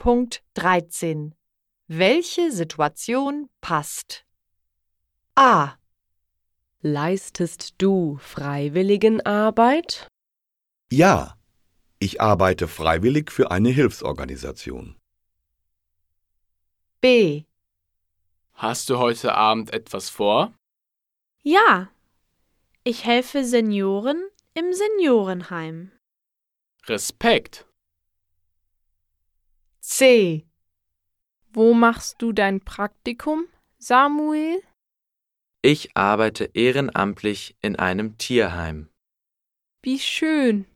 10.13 Welche Situation passt? A. Leistest du Freiwilligenarbeit? Ja, ich arbeite freiwillig für eine Hilfsorganisation. B. Hast du heute Abend etwas vor? Ja, ich helfe Senioren im Seniorenheim. Respekt. C. Wo machst du dein Praktikum, Samuel? Ich arbeite ehrenamtlich in einem Tierheim. Wie schön.